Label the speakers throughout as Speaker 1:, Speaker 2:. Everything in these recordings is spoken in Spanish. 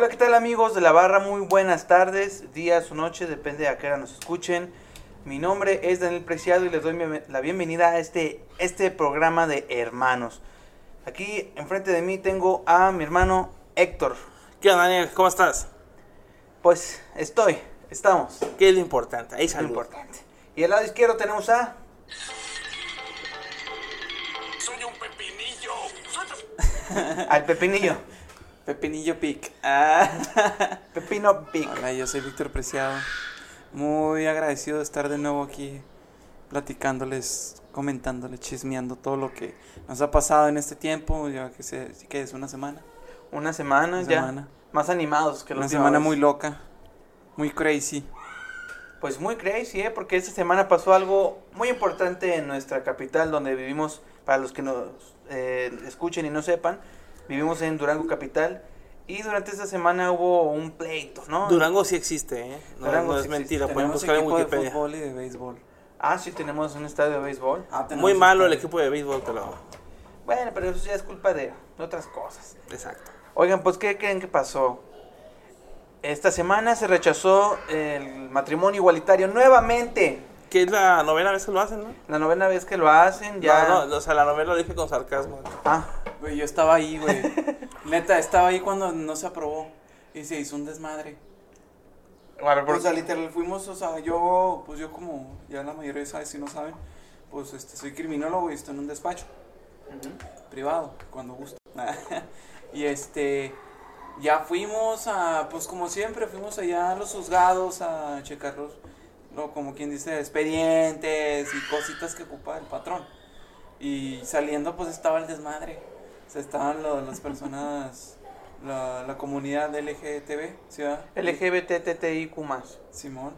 Speaker 1: Hola, ¿qué tal amigos de la barra? Muy buenas tardes, días o noches, depende de a qué hora nos escuchen. Mi nombre es Daniel Preciado y les doy mi- la bienvenida a este, este programa de hermanos. Aquí enfrente de mí tengo a mi hermano Héctor.
Speaker 2: ¿Qué onda, Daniel? ¿Cómo estás?
Speaker 1: Pues estoy, estamos,
Speaker 2: ¿Qué es lo importante? Ahí
Speaker 1: es lo
Speaker 2: salud.
Speaker 1: importante. Y al lado izquierdo tenemos a...
Speaker 3: Soy un pepinillo.
Speaker 1: al Pepinillo.
Speaker 4: Pepinillo Pic. Ah.
Speaker 1: Pepino Pic.
Speaker 4: Hola, yo soy Víctor Preciado. Muy agradecido de estar de nuevo aquí platicándoles, comentándoles, chismeando todo lo que nos ha pasado en este tiempo. Ya que sé, sí que es una semana.
Speaker 1: Una
Speaker 2: Ah,
Speaker 1: semana
Speaker 4: Una
Speaker 1: ya.
Speaker 4: semana.
Speaker 1: Más animados que la
Speaker 4: Una
Speaker 1: última
Speaker 4: semana
Speaker 1: vez.
Speaker 4: muy loca, muy crazy.
Speaker 1: Pues muy crazy, ¿eh? Porque esta semana pasó algo muy importante en nuestra capital donde vivimos, para los que nos eh, escuchen y no sepan, vivimos en Durango Capital y durante esta semana hubo un pleito, ¿no?
Speaker 2: Durango sí existe, ¿eh? No,
Speaker 1: Durango
Speaker 2: no
Speaker 1: sí
Speaker 2: es mentira,
Speaker 1: existe.
Speaker 2: pueden
Speaker 4: Tenemos
Speaker 2: buscar en
Speaker 4: equipo de
Speaker 2: Wikipedia.
Speaker 4: fútbol y de béisbol.
Speaker 1: Ah, sí, tenemos un estadio de béisbol. Ah,
Speaker 4: Ah,
Speaker 2: Muy malo el equipo de béisbol, pero...
Speaker 1: Bueno, pero eso ya es culpa de otras cosas.
Speaker 2: Exacto.
Speaker 1: Oigan, pues, ¿qué creen que pasó? Esta semana se rechazó el matrimonio igualitario nuevamente.
Speaker 2: Que es la novela, a veces lo hacen, ¿no?
Speaker 1: La novena vez que lo hacen, ya...
Speaker 2: No, no, o sea, la novela lo dije con sarcasmo.
Speaker 1: Ah,
Speaker 4: Güey, yo estaba ahí, güey. Neta, estaba ahí cuando no se aprobó y se hizo un desmadre.
Speaker 1: a ver, por-
Speaker 4: O sea, literal, fuimos, o sea, yo, pues yo como ya la mayoría sabe, si no saben, pues este, soy criminólogo y estoy en un despacho
Speaker 1: Ujú.
Speaker 4: privado, cuando gusto. y este, ya fuimos a, pues como siempre, fuimos allá a los juzgados a checar los, no, como quien dice, expedientes y cositas que ocupa el patrón. Y saliendo, pues estaba el desmadre. O sea, estaban lo- las personas, la, la comunidad LGTB, ¿sí? verdad?
Speaker 1: LGBTTIQ más.
Speaker 4: Simón.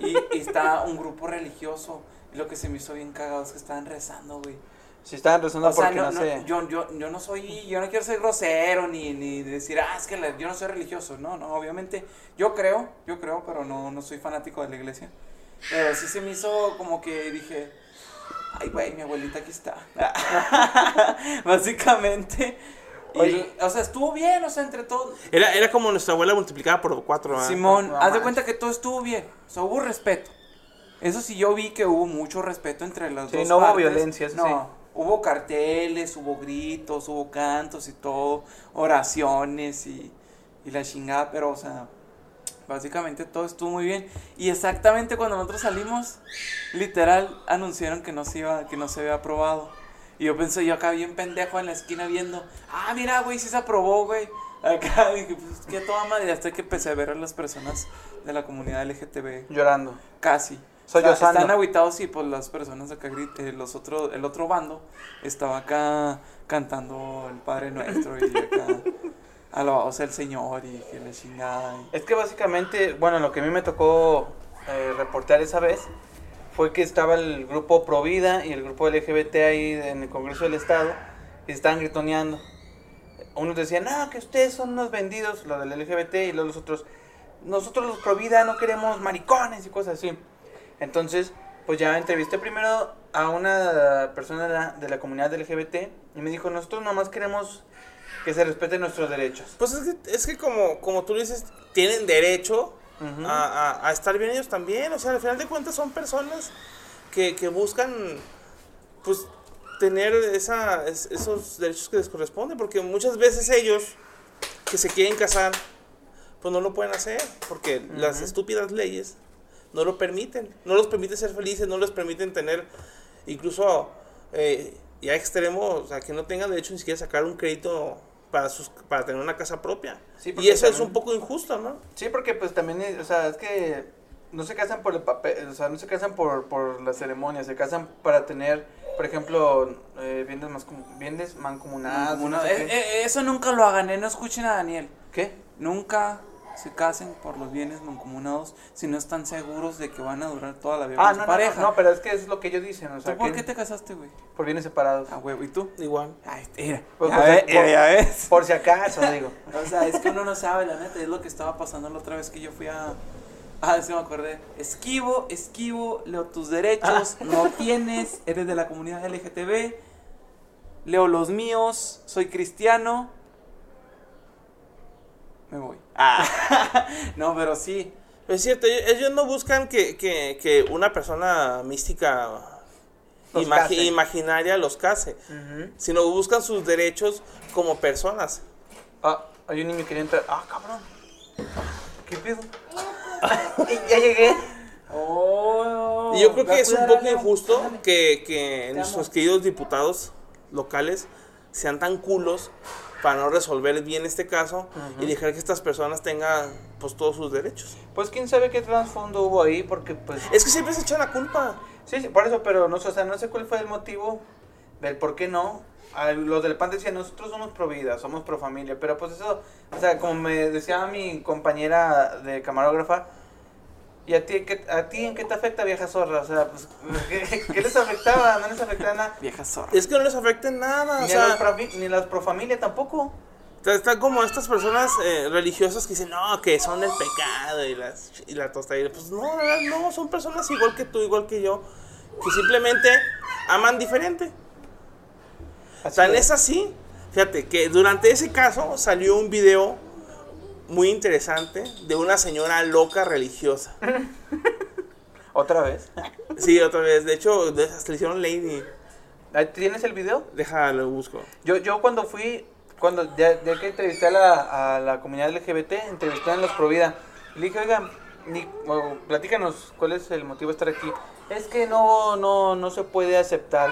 Speaker 4: Y, y está un grupo religioso. Y lo que se me hizo bien cagado es que estaban rezando, güey.
Speaker 1: Si estaban rezando
Speaker 4: O sea,
Speaker 1: porque
Speaker 4: no,
Speaker 1: no,
Speaker 4: no,
Speaker 1: sé.
Speaker 4: yo, yo, yo no soy, yo no quiero ser grosero ni, ni decir, ah, es que la- yo no soy religioso. No, no, obviamente. Yo creo, yo creo, pero no, no soy fanático de la iglesia. Pero sí se me hizo como que dije, ay, güey, mi abuelita aquí está. Básicamente. Y,
Speaker 1: Oye.
Speaker 4: o sea, estuvo bien, o sea, entre todos.
Speaker 2: Era, era como nuestra abuela multiplicada por cuatro, ¿eh? ¿verdad?
Speaker 4: Simón,
Speaker 1: No
Speaker 4: haz de
Speaker 1: manches.
Speaker 4: cuenta que todo estuvo bien. O sea, hubo respeto. Eso sí, yo vi que hubo mucho respeto entre las
Speaker 1: Sí,
Speaker 4: dos.
Speaker 1: no hubo
Speaker 4: partes.
Speaker 1: violencia, eso
Speaker 4: no,
Speaker 1: sí.
Speaker 4: Hubo carteles, hubo gritos, hubo cantos y todo, oraciones y, y la chingada, pero, o sea, básicamente todo estuvo muy bien. Y exactamente cuando nosotros salimos, literal, anunciaron que no se, iba, que no se había aprobado. Y yo pensé, yo acá bien pendejo en la esquina viendo, ah, mira, güey, sí se aprobó, güey. Acá dije, pues, qué toda madre, hasta que empecé a ver a las personas de la comunidad LGTB,
Speaker 1: Llorando.
Speaker 4: casi.
Speaker 1: Soy
Speaker 4: Está-
Speaker 1: Osando.
Speaker 4: Están agüitados y pues las personas acá, grit- eh, los otro, el otro bando estaba acá cantando el Padre Nuestro y acá alabado sea el Señor y que la chingada. y-
Speaker 1: Es que básicamente, bueno, lo que a mí me tocó eh, reportear esa vez fue que estaba el grupo Provida y el grupo LGBT ahí en el Congreso del Estado y estaban gritoneando. Unos decían, ah, que ustedes son unos vendidos, lo del LGBT, y luego los otros, nosotros los Provida no queremos maricones y cosas así. Entonces, pues ya entrevisté primero a una persona de la, de la comunidad LGBT y me dijo, nosotros nomás queremos que se respeten nuestros derechos.
Speaker 2: Pues es que, es que como, como tú dices, tienen derecho
Speaker 1: Ujú.
Speaker 2: a, a- a estar bien ellos también. O sea, al final de cuentas son personas que, que buscan, pues, tener esa, es- esos derechos que les corresponden. Porque muchas veces ellos que se quieren casar, pues no lo pueden hacer. Porque las
Speaker 1: Ujú.
Speaker 2: estúpidas leyes no lo permiten. No los permiten ser felices, no les permiten tener incluso eh, ya extremo, o sea, que no tengan derecho ni siquiera a sacar un crédito para sus para tener una casa propia.
Speaker 1: Sí, porque
Speaker 2: y eso es
Speaker 1: también-
Speaker 2: un poco injusto, ¿no?
Speaker 1: Sí, porque pues también, eh, o sea, es que no se casan por el papel, o sea, no se casan por, por la ceremonia, se casan para tener, por ejemplo, eh, bienes, más, bienes mancomunados.
Speaker 4: Como
Speaker 1: no
Speaker 4: una-
Speaker 1: sé
Speaker 4: eh,
Speaker 1: qué.
Speaker 4: eh, eso nunca lo hagan, eh, no escuchen a Daniel.
Speaker 1: ¿Qué?
Speaker 4: Nunca se casen por los bienes mancomunados si no están seguros de que van a durar toda la vida
Speaker 1: Ah,
Speaker 4: con su
Speaker 1: no, no,
Speaker 4: pareja.
Speaker 1: no, no, pero es que es lo que ellos dicen, o sea,
Speaker 4: ¿Tú por
Speaker 1: que
Speaker 4: qué te casaste, güey?
Speaker 1: por bienes separados.
Speaker 4: Ah, huevo, ¿y tú?
Speaker 2: Igual.
Speaker 4: Ay, este, mira.
Speaker 1: Pues,
Speaker 4: ya,
Speaker 1: pues,
Speaker 4: ves,
Speaker 1: por-
Speaker 4: mira, ya ves.
Speaker 1: Por si acaso, digo.
Speaker 4: O sea, es que uno no sabe, la neta, es lo que estaba pasando la otra vez que yo fui a... Ah, sí me acordé. Esquivo, esquivo, leo tus derechos, no tienes, eres de la comunidad LGTB, leo los míos, soy cristiano, me voy. Ah, No, pero sí.
Speaker 2: Es cierto, ellos ellos no buscan que, que- que una persona mística
Speaker 1: Los
Speaker 2: imagi-
Speaker 1: case.
Speaker 2: imaginaria los case,
Speaker 1: Ujú.
Speaker 2: sino buscan sus derechos como personas.
Speaker 1: Ah, hay un niño que quería entrar. Ah, cabrón. ¿Qué pedo? ya llegué.
Speaker 4: Oh,
Speaker 2: Y yo creo
Speaker 4: va a
Speaker 2: que es un
Speaker 4: cuidar
Speaker 2: poco
Speaker 4: a Leo.
Speaker 2: injusto
Speaker 4: Ándale.
Speaker 2: que, que nuestros
Speaker 4: amo.
Speaker 2: queridos diputados locales sean tan culos para no resolver bien este caso y dejar que estas personas tengan pues todos sus derechos.
Speaker 1: Pues quién sabe qué trasfondo hubo ahí, porque pues.
Speaker 2: Es que siempre se echa la culpa.
Speaker 1: Sí, sí, por eso, pero no sé, o sea, no sé cuál fue el motivo del por qué no. A los del PAN decían, nosotros somos pro vida, somos pro familia, pero pues eso, o sea, como me decía mi compañera de camarógrafa, ¿y a ti, qué- a ti en qué te afecta vieja zorra? O sea, pues, ¿qué, qué les afectaba? No les afectaba nada.
Speaker 4: Vieja zorra.
Speaker 2: Es que no les afecta en nada.
Speaker 1: Ni,
Speaker 2: O
Speaker 1: a los
Speaker 2: sea,
Speaker 1: pro, ni las pro familia tampoco.
Speaker 2: Está- Están como estas personas eh, religiosas que dicen, no, que son el pecado y, las, y la tostadilla. Pues no, la verdad, no, son personas igual que tú, igual que yo, que simplemente aman diferente.
Speaker 1: Así
Speaker 2: Tan
Speaker 1: es.
Speaker 2: es así, fíjate, que durante ese caso salió un video muy interesante de una señora loca religiosa.
Speaker 1: Otra vez.
Speaker 2: Sí, otra vez, de hecho, de- hasta le hicieron Lady.
Speaker 1: Ahí ¿Tienes el video?
Speaker 2: Déjalo, busco.
Speaker 1: Yo, yo cuando fui, cuando ya, ya que entrevisté a la, a la comunidad LGBT, entrevisté a los Provida. Le dije, oigan, ni- o, platícanos cuál es el motivo de estar aquí. Es que no, no, no se puede aceptar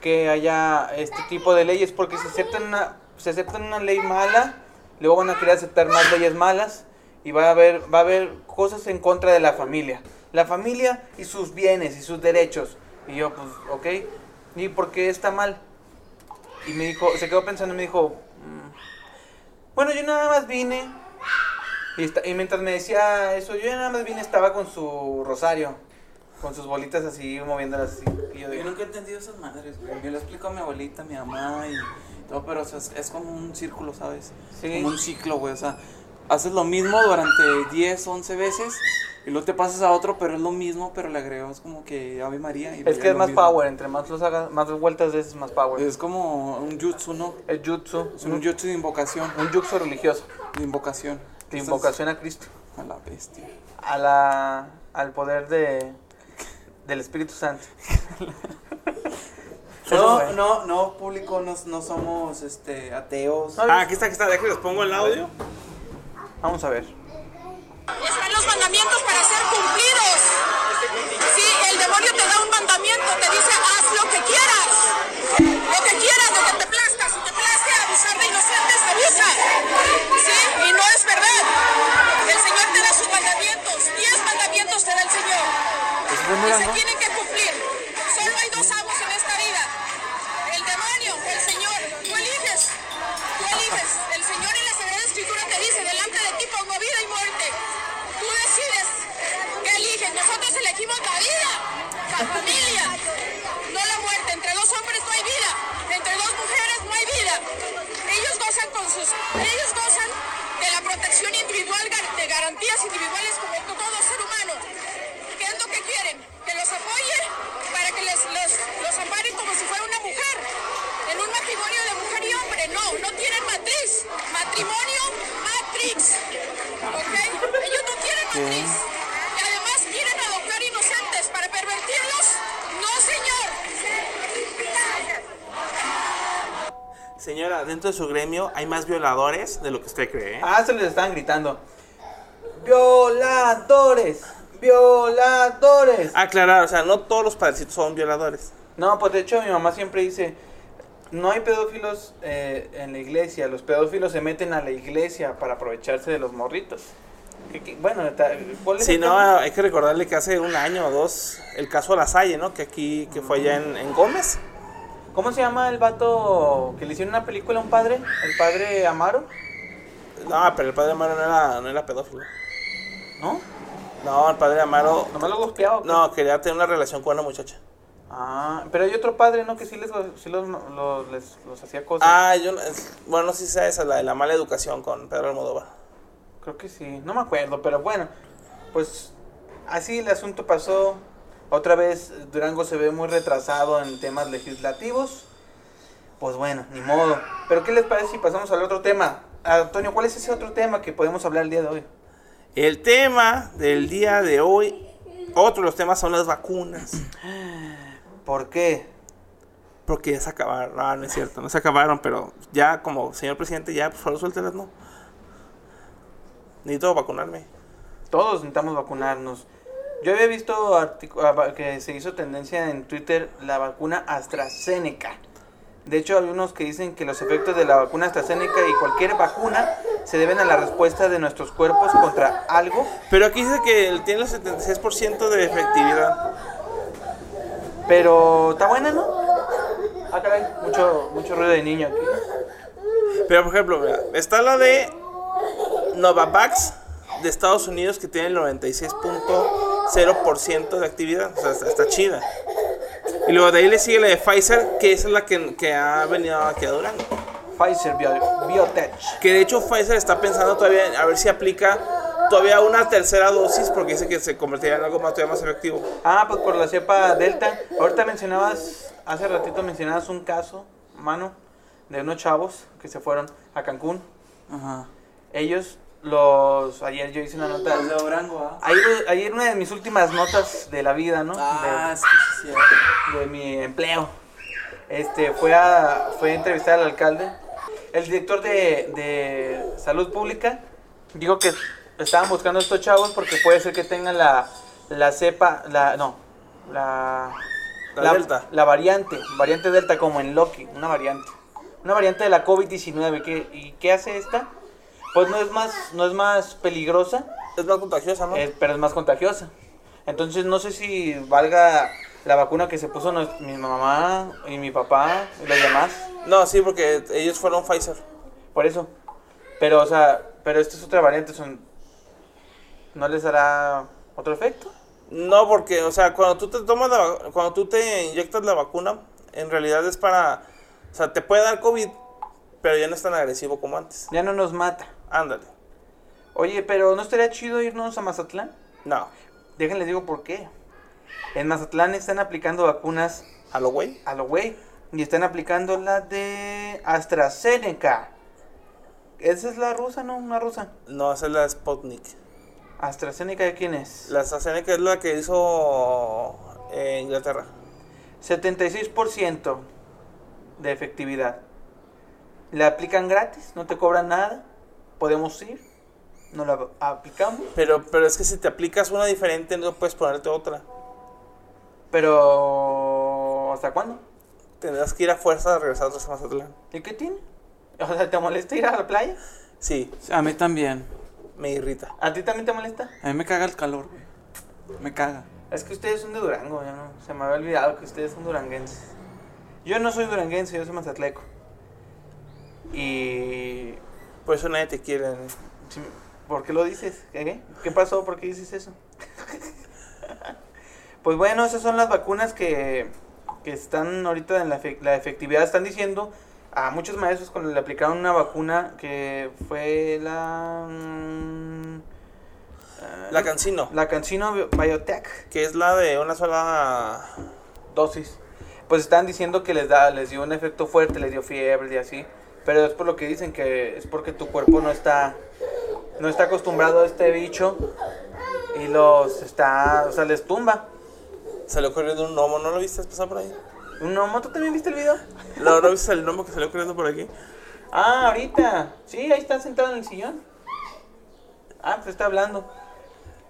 Speaker 1: que haya este tipo de leyes, porque si aceptan una, si aceptan una ley mala, luego van a querer aceptar más leyes malas y va a haber, va a haber cosas en contra de la familia. La familia y sus bienes y sus derechos. Y yo, pues, ok. ¿Y por qué está mal? Y me dijo, se quedó pensando y me dijo, "Mm, bueno, yo nada más vine. Y, esta- y mientras me decía eso, yo nada más vine, estaba con su rosario, con sus bolitas así, moviéndolas así. Y yo
Speaker 4: Yo
Speaker 1: digo,
Speaker 4: nunca he entendido esas madres, güey. Yo lo explico a mi abuelita, a mi mamá y todo, pero o sea, es, es como un círculo, ¿sabes?
Speaker 1: Sí.
Speaker 4: Como un ciclo, güey. O sea, haces lo mismo durante 10, 11 veces y luego te pasas a otro, pero es lo mismo, pero le agregas como que Ave María. Y
Speaker 1: es que es
Speaker 4: lo
Speaker 1: más
Speaker 4: mismo.
Speaker 1: power, entre más los hagas, más vueltas de es más power.
Speaker 4: Es como un jutsu, ¿no?
Speaker 1: El jutsu,
Speaker 4: Es
Speaker 1: un,
Speaker 4: un jutsu de invocación.
Speaker 1: un jutsu religioso,
Speaker 4: De invocación.
Speaker 1: de
Speaker 4: Estás-
Speaker 1: invocación a Cristo,
Speaker 4: A la bestia.
Speaker 1: a la, al poder de, del Espíritu Santo. Eso
Speaker 4: No,
Speaker 1: fue.
Speaker 4: no, no, público, no, no somos este, ateos.
Speaker 1: No,
Speaker 2: Ah, aquí está, aquí está, déjame les pongo el audio.
Speaker 1: Vamos a ver.
Speaker 5: Están los mandamientos para ser cumplidos. Sí, el demonio te da un mandamiento, te dice haz lo que quieras. Lo que quieras, lo que te plazca. Si te plazca abusar de inocentes, abusa. Sí, y no es verdad. El Señor te da sus mandamientos. Diez mandamientos te da el Señor.
Speaker 4: Pues,
Speaker 5: Y se tienen que cumplir. Solo hay dos amos en esta vida. El demonio, el Señor. Tú eliges. Tú eliges. El Señor en la Sagrada Escritura te dice, delante de ti pongo vida y muerte. Tú decides qué eliges. Nosotros elegimos la vida, la familia, no la muerte. Entre dos hombres no hay vida. Entre dos mujeres no hay vida. Ellos gozan con sus... Ellos gozan de la protección individual, gar- de garantías individuales como todo ser humano. ¿Qué es lo que quieren? Que los apoyen para que les, los, los amparen como si fuera una mujer. En un matrimonio de mujer y hombre. No, no tienen matriz. Matrimonio, matrix. ¿Ok? Ellos no quieren matriz. Y además quieren adoptar inocentes para pervertirlos. No, señor.
Speaker 2: Señora, dentro de su gremio hay más violadores de lo que usted cree. ¿eh?
Speaker 1: Ah, se les estaban gritando. Violadores, violadores.
Speaker 2: Aclarar, Ah, o sea, no todos los padrecitos son violadores.
Speaker 1: No, pues de hecho mi mamá siempre dice, no hay pedófilos eh, en la iglesia, los pedófilos se meten a la iglesia para aprovecharse de los morritos. Que- que- bueno, ta- ¿cuál es
Speaker 2: Si
Speaker 1: el
Speaker 2: no, ah.
Speaker 1: tema?
Speaker 2: hay que recordarle que hace un año o dos el caso de la Salle, ¿no? Que aquí, que fue allá en, en Gómez.
Speaker 1: ¿Cómo se llama el vato que le hicieron una película a un padre? ¿El padre Amaro?
Speaker 2: No, pero el padre Amaro no era, no era pedófilo.
Speaker 1: ¿No?
Speaker 2: No, el padre Amaro.
Speaker 1: ¿Nomás lo golpeaba? o qué?
Speaker 2: No, quería tener una relación con una muchacha.
Speaker 1: Ah, pero hay otro padre, ¿no? Que sí, les, sí los, los- les- los hacía cosas.
Speaker 2: Ah, yo. no- es- Bueno, no sé si sea esa, la de la mala educación con Pedro Almodóvar.
Speaker 1: Creo que sí, no me acuerdo, pero bueno, pues así el asunto pasó. Otra vez Durango se ve muy retrasado en temas legislativos. Pues bueno, ni modo. Pero ¿qué les parece si pasamos al otro tema? Antonio, ¿cuál es ese otro tema que podemos hablar el día de hoy?
Speaker 2: El tema del día de hoy, otro de los temas son las vacunas.
Speaker 1: ¿Por qué?
Speaker 2: Porque ya se acabaron, no, no es cierto, no se acabaron, pero ya como señor presidente, ya por favor suéltelas, no. Necesito vacunarme.
Speaker 1: Todos necesitamos vacunarnos. Yo había visto artic- ah, va- que se hizo tendencia en Twitter la vacuna AstraZeneca. De hecho, hay unos que dicen que los efectos de la vacuna AstraZeneca y cualquier vacuna se deben a la respuesta de nuestros cuerpos contra algo.
Speaker 2: Pero aquí dice que él tiene el 76% de efectividad.
Speaker 1: Pero está buena, ¿no? Ah, caray, mucho, mucho ruido de niño aquí.
Speaker 2: Pero por ejemplo, mira, está la de Novavax de Estados Unidos que tiene el 96.0% de actividad. O sea, está, está chida. Y luego de ahí le sigue la de Pfizer, que esa es la que, que ha venido aquí a Durango.
Speaker 1: Pfizer Bio- Biotech.
Speaker 2: Que de hecho Pfizer está pensando todavía en- a ver si aplica todavía una tercera dosis porque dice que se convertiría en algo más, todavía más efectivo.
Speaker 1: Ah, pues por la cepa Delta. Ahorita mencionabas, hace ratito mencionabas un caso, mano, de unos chavos que se fueron a Cancún.
Speaker 4: Ajá.
Speaker 1: Ellos, los. Ayer yo hice una nota.
Speaker 4: Los de Durango, ¿ah?
Speaker 1: Ayer, ayer una de mis últimas notas de la vida, ¿no?
Speaker 4: Ah,
Speaker 1: De-
Speaker 4: sí, sí, sí. cierto.
Speaker 1: de mi empleo. Este, fue a, fue a entrevistar al alcalde. El director de, de salud pública dijo que estaban buscando a estos chavos porque puede ser que tengan la, la cepa, la, no, la,
Speaker 2: La delta.
Speaker 1: la variante, variante delta como en Loki, una variante. Una variante de la COVID-19. ¿qué- ¿Y qué hace esta? Pues no es más, no es más peligrosa,
Speaker 2: Es más contagiosa, ¿no?
Speaker 1: es- Eh, pero es más contagiosa. Entonces no sé si valga la vacuna que se puso nos- mi mamá y mi papá y los demás.
Speaker 2: No, sí, porque ellos fueron Pfizer.
Speaker 1: Por eso. Pero, o sea, pero esta es otra variante. Son... ¿No les hará otro efecto?
Speaker 2: No, porque, o sea, cuando tú te tomas la vac- cuando tú te inyectas la vacuna, en realidad es para, o sea, te puede dar COVID, pero ya no es tan agresivo como antes.
Speaker 1: Ya no nos mata.
Speaker 2: Ándale.
Speaker 1: Oye, pero ¿no estaría chido irnos a Mazatlán?
Speaker 2: No,
Speaker 1: Déjenles digo por qué. En Mazatlán están aplicando vacunas
Speaker 2: a lo güey.
Speaker 1: a lo güey. Y están aplicando la de AstraZeneca. Esa es la rusa, ¿no? Una rusa.
Speaker 2: No, esa es la Sputnik.
Speaker 1: AstraZeneca de quién es?
Speaker 2: La AstraZeneca es la que hizo eh, Inglaterra.
Speaker 1: 76% de efectividad. La aplican gratis, no te cobran nada. Podemos ir, nos la aplicamos.
Speaker 2: Pero, pero es que si te aplicas una diferente, no puedes ponerte otra.
Speaker 1: Pero, ¿hasta cuándo?
Speaker 2: Tendrás que ir a fuerza a regresar otra vez a Mazatlán.
Speaker 1: ¿Y qué tiene? O sea, ¿te molesta ir a la playa?
Speaker 2: Sí,
Speaker 4: A mí también.
Speaker 2: me irrita.
Speaker 1: ¿A ti también te molesta?
Speaker 4: A mí me caga el calor, güey. Me caga.
Speaker 1: Es que ustedes son de Durango, ya no. Se me había olvidado que ustedes son duranguenses. Yo no soy duranguense, yo soy mazatleco. Y.
Speaker 2: Por eso nadie te quiere. ¿no?
Speaker 1: sí, ¿Por qué lo dices? ¿Qué? ¿Qué pasó? ¿Por qué dices eso? pues bueno, esas son las vacunas que, que están ahorita en la, efe- la efectividad. Están diciendo a muchos maestros cuando le aplicaron una vacuna que fue la. mm, ah,
Speaker 2: La Cancino,
Speaker 1: la Cancino Bio- Biotech
Speaker 2: que es la de una sola
Speaker 1: dosis. Pues están diciendo que les da, les dio un efecto fuerte, les dio fiebre y así. Pero es por lo que dicen que es porque tu cuerpo no está, no está acostumbrado a este bicho y los está, o sea, les tumba.
Speaker 2: Salió corriendo un gnomo, ¿no lo viste pasar por ahí?
Speaker 1: ¿No, ¿tú también viste el video?
Speaker 2: ¿No, no viste el gnomo que salió corriendo por aquí?
Speaker 1: Ah, ahorita. Sí, ahí está sentado en el sillón. Ah, pues está hablando.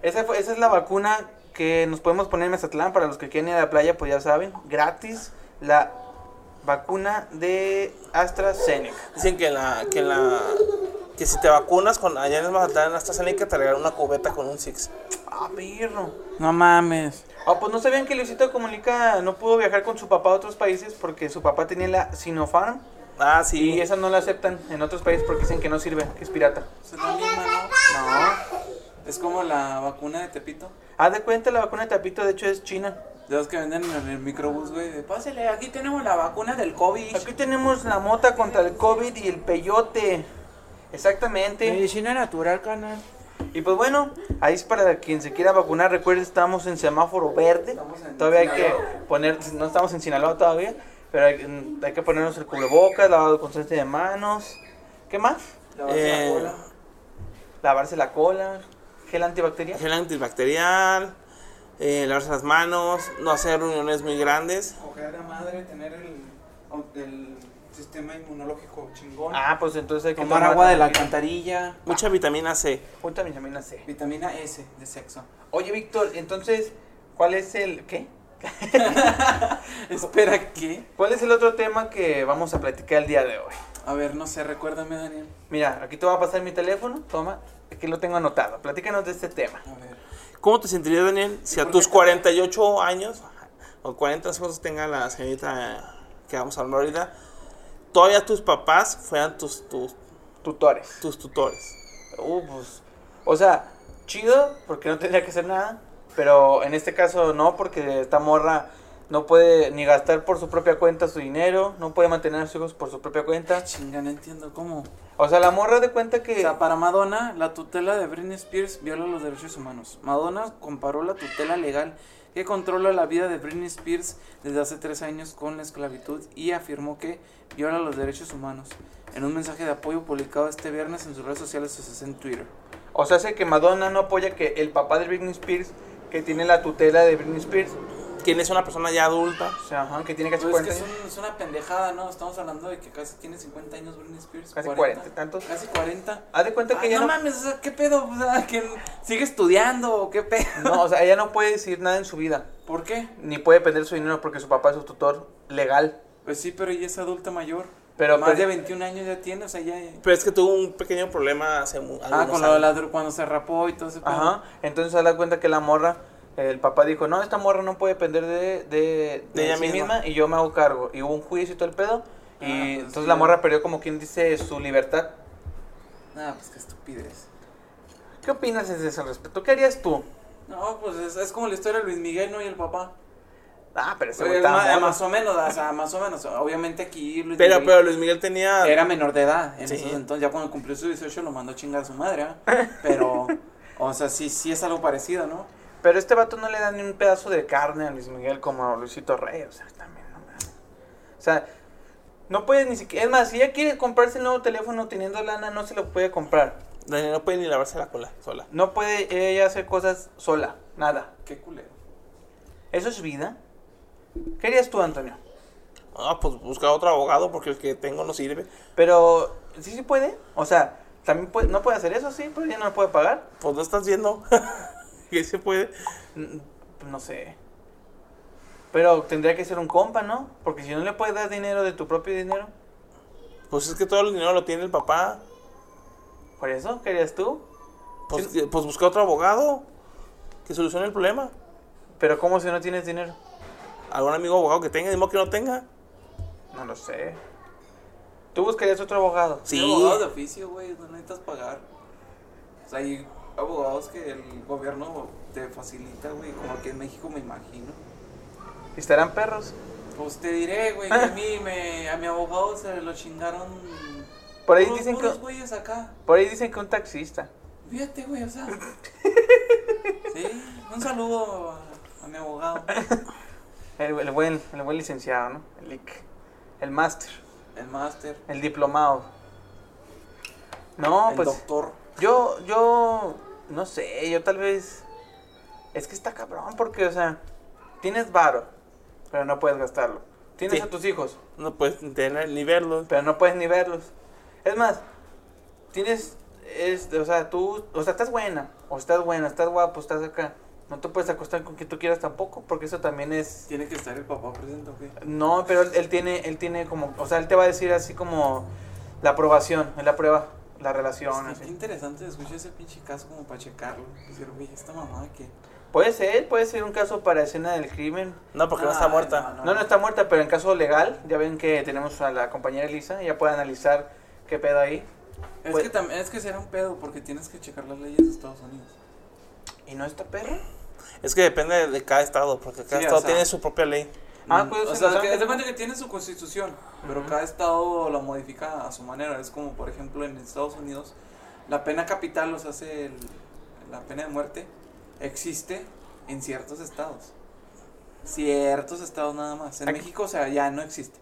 Speaker 1: Esa, fue- esa es la vacuna que nos podemos poner en Mazatlán para los que quieren ir a la playa, pues ya saben, gratis la vacuna de AstraZeneca.
Speaker 2: Dicen que la, que la, que si te vacunas con allá en el Mazatlán, hasta AstraZeneca te regalan una cubeta con un Six.
Speaker 1: Ah, perro.
Speaker 4: No mames.
Speaker 1: Ah, pues no sabían que Luisito Comunica no pudo viajar con su papá a otros países porque su papá tenía la Sinopharm
Speaker 2: Ah, sí.
Speaker 1: y esa no la aceptan en otros países porque dicen que no sirve, que es pirata.
Speaker 4: Es la misma,
Speaker 1: No.
Speaker 4: ¿no? Es como la vacuna de Tepito.
Speaker 1: Haz de cuenta, la vacuna de Tapito de hecho es china.
Speaker 4: De los que venden en el microbús, güey. de, Pásele, aquí tenemos la vacuna del COVID.
Speaker 1: Aquí tenemos la mota contra el COVID y el peyote. Exactamente.
Speaker 4: Medicina natural, canal.
Speaker 1: Y pues bueno, ahí es para quien se quiera vacunar. Recuerden, estamos en semáforo verde.
Speaker 4: Estamos en
Speaker 1: Todavía hay que
Speaker 4: Sinaloa.
Speaker 1: poner, no estamos en Sinaloa todavía, pero hay, hay que ponernos el cubrebocas, lavado constante de manos. ¿Qué más?
Speaker 4: La vacuna
Speaker 2: Eh,
Speaker 4: cola.
Speaker 1: Lavarse la cola. gel antibacterial.
Speaker 2: Gel antibacterial, eh, lavarse las manos, no hacer reuniones muy grandes.
Speaker 6: Coger a madre, tener el, el sistema inmunológico chingón.
Speaker 1: Ah, pues entonces hay que
Speaker 6: tomar agua de la
Speaker 1: también
Speaker 6: alcantarilla.
Speaker 2: Mucha vitamina C.
Speaker 1: Mucha vitamina C.
Speaker 6: Vitamina S de sexo.
Speaker 1: Oye, Víctor, entonces, ¿cuál es el qué?
Speaker 4: Espera, ¿qué?
Speaker 1: ¿Cuál es el otro tema que vamos a platicar el día de hoy?
Speaker 4: A ver, no sé, recuérdame, Daniel.
Speaker 1: Mira, aquí te va a pasar mi teléfono, toma, aquí lo tengo anotado. Platícanos de este tema.
Speaker 4: A ver.
Speaker 2: ¿Cómo te sentirías, Daniel, si a tus 48 años o 40 años tenga la señorita que vamos a hablar ahorita, todavía tus papás fueran tus, tus,
Speaker 1: Tutores.
Speaker 2: tus tutores?
Speaker 1: Uh, pues, o sea, chido, porque no tendría que hacer nada, pero en este caso no, porque esta morra no puede ni gastar por su propia cuenta su dinero, no puede mantener a sus hijos por su propia cuenta.
Speaker 4: Chinga, no entiendo cómo.
Speaker 1: O sea, la morra de cuenta que...
Speaker 4: O sea, para Madonna, la tutela de Britney Spears viola los derechos humanos. Madonna comparó la tutela legal que controla la vida de Britney Spears desde hace tres años con la esclavitud y afirmó que viola los derechos humanos. En un mensaje de apoyo publicado este viernes en sus redes sociales, o sea, en Twitter.
Speaker 1: O sea, hace que Madonna no apoya que el papá de Britney Spears, que tiene la tutela de Britney Spears,
Speaker 2: ¿Quién es una persona ya adulta?
Speaker 1: o sea, ajá, que tiene casi
Speaker 4: Pero Pues
Speaker 1: 40
Speaker 4: es que es,
Speaker 1: años,
Speaker 4: un- es una pendejada, ¿no? Estamos hablando de que casi tiene 50 años Britney Spears.
Speaker 1: casi 40 y tantos.
Speaker 4: Casi 40.
Speaker 1: Haz de cuenta que
Speaker 4: Ay,
Speaker 1: ella
Speaker 4: no,
Speaker 1: no,
Speaker 4: mames, o sea, ¿qué pedo? O sea, que sigue estudiando o qué pedo.
Speaker 1: no, o sea, ella no puede decir nada en su vida,
Speaker 4: ¿Por qué?
Speaker 1: ni puede perder su dinero porque su papá es su tutor legal.
Speaker 4: Pues sí, pero ella es adulta mayor.
Speaker 1: Pero
Speaker 4: más
Speaker 1: pues-
Speaker 4: de 21 años ya tiene, o sea, ya.
Speaker 2: Pero es que tuvo un pequeño problema hace mu-
Speaker 4: Ah,
Speaker 2: algunos
Speaker 4: con lo de
Speaker 2: años.
Speaker 4: la dro- cuando se rapó y todo ese pedo.
Speaker 1: Ajá. Entonces se da cuenta que la morra, el papá dijo, no, esta morra no puede depender de, de,
Speaker 2: De ella
Speaker 1: sí
Speaker 2: misma.
Speaker 1: y yo me hago cargo. Y hubo un juicio y todo el pedo. Y
Speaker 4: Ah, pues,
Speaker 1: entonces
Speaker 4: sí.
Speaker 1: la morra perdió como quien dice su libertad.
Speaker 4: Ah, pues qué estupidez.
Speaker 1: ¿Qué opinas de eso al respecto? ¿Qué harías tú?
Speaker 4: No, pues es, es como la historia de Luis Miguel, ¿no? Y el papá.
Speaker 1: Ah, pero ese güey
Speaker 4: Oye, es
Speaker 1: estaba
Speaker 4: ma- eh,
Speaker 1: mono.
Speaker 4: más o menos, o sea, más o menos. Obviamente aquí Luis
Speaker 2: Pero,
Speaker 4: Miguel
Speaker 2: pero Luis Miguel tenía...
Speaker 4: era menor de edad. En
Speaker 2: Sí.
Speaker 4: esos entonces, ya cuando cumplió sus 18 lo mandó a chingar a su madre, ¿ah? Pero, o sea, sí, sí es algo parecido, ¿no?
Speaker 1: Pero este vato no le da ni un pedazo de carne a Luis Miguel como a Luisito Rey, o sea, también, no mames. O sea, no puede ni siquiera. Es más, si ella quiere comprarse el nuevo teléfono teniendo lana, no se lo puede comprar.
Speaker 2: Daniel no puede ni lavarse la cola sola.
Speaker 1: No puede ella hacer cosas sola, nada.
Speaker 4: Qué culero.
Speaker 1: ¿Eso es vida? ¿Qué harías tú, Antonio?
Speaker 2: Ah, pues busca otro abogado porque el que tengo no sirve.
Speaker 1: Pero, ¿sí sí puede? O sea, también puede, no puede hacer eso, sí, pero ella no lo puede pagar.
Speaker 2: Pues no estás viendo que se puede.
Speaker 1: Mm, No sé. Pero tendría que ser un compa, ¿no? Porque si no le puedes dar dinero de tu propio dinero.
Speaker 2: Pues es que todo el dinero lo tiene el papá.
Speaker 1: ¿Por eso? ¿Qué harías tú?
Speaker 2: Pues, que- pues busca otro abogado que solucione el problema.
Speaker 1: Pero ¿cómo si no tienes dinero?
Speaker 2: Algún amigo abogado que tenga, mismo que no tenga.
Speaker 1: No lo sé. ¿Tú buscarías otro abogado?
Speaker 2: Sí.
Speaker 4: Hay abogados de oficio, güey, no necesitas pagar. O sea, hay abogados que el gobierno te facilita, güey, como aquí en México me imagino.
Speaker 1: ¿Y estarán perros?
Speaker 4: Pues te diré, güey, que a mí, me, a mi abogado se lo chingaron.
Speaker 1: Por ahí
Speaker 4: unos-
Speaker 1: dicen que-
Speaker 4: unos güeyes acá.
Speaker 1: Por ahí dicen que un taxista.
Speaker 4: Fíjate, güey, o sea. sí, un saludo a, a mi abogado.
Speaker 1: El, el buen, el buen licenciado, ¿no? El IC. El máster.
Speaker 4: El máster.
Speaker 1: El diplomado. No,
Speaker 4: el
Speaker 1: pues.
Speaker 4: doctor.
Speaker 1: Yo, yo. No sé, yo tal vez. Es que está cabrón, porque, o sea. Tienes varo, pero no puedes gastarlo. Tienes
Speaker 2: Sí.
Speaker 1: a tus hijos,
Speaker 2: No puedes ni tener ni verlo.
Speaker 1: pero no puedes ni verlos. Es más, tienes, es, o sea, tú, o sea, estás buena, o estás buena, estás guapo, estás acá. No te puedes acostar con quien tú quieras tampoco, porque eso también es...
Speaker 4: Tiene que estar el papá presente, ¿o qué?
Speaker 1: No, pero él, él tiene, él tiene como, o sea, él te va a decir así como la aprobación, él aprueba la relación.
Speaker 4: Pues,
Speaker 1: así.
Speaker 4: qué interesante, escuché ese pinche caso como para checarlo. Decir, güey, esta mamá que.
Speaker 1: Puede ser, puede ser un caso para escena del crimen.
Speaker 2: No, porque no,
Speaker 4: Ah,
Speaker 2: está muerta.
Speaker 1: No, no está muerta, pero en caso legal, ya ven que tenemos a la compañera Elisa, ella puede analizar qué pedo ahí.
Speaker 4: Es
Speaker 1: Pues-
Speaker 4: que también es que será un pedo porque tienes que checar las leyes de Estados Unidos.
Speaker 1: ¿Y no está perro?
Speaker 2: Es que depende de cada estado, porque cada
Speaker 4: Sí, o
Speaker 2: estado
Speaker 4: sea.
Speaker 2: tiene su propia ley.
Speaker 1: Ah,
Speaker 4: Mm,
Speaker 1: pues,
Speaker 4: o
Speaker 1: en
Speaker 4: sea,
Speaker 1: Los
Speaker 4: que,
Speaker 1: Ángeles-
Speaker 4: haz de cuenta que tiene su constitución, pero
Speaker 1: Ujú.
Speaker 4: cada estado la modifica a su manera. Es como, por ejemplo, en Estados Unidos, la pena capital, los hace la pena de muerte, existe en ciertos estados. Ciertos estados nada más. En
Speaker 1: Aquí-
Speaker 4: México, o sea, ya no existe.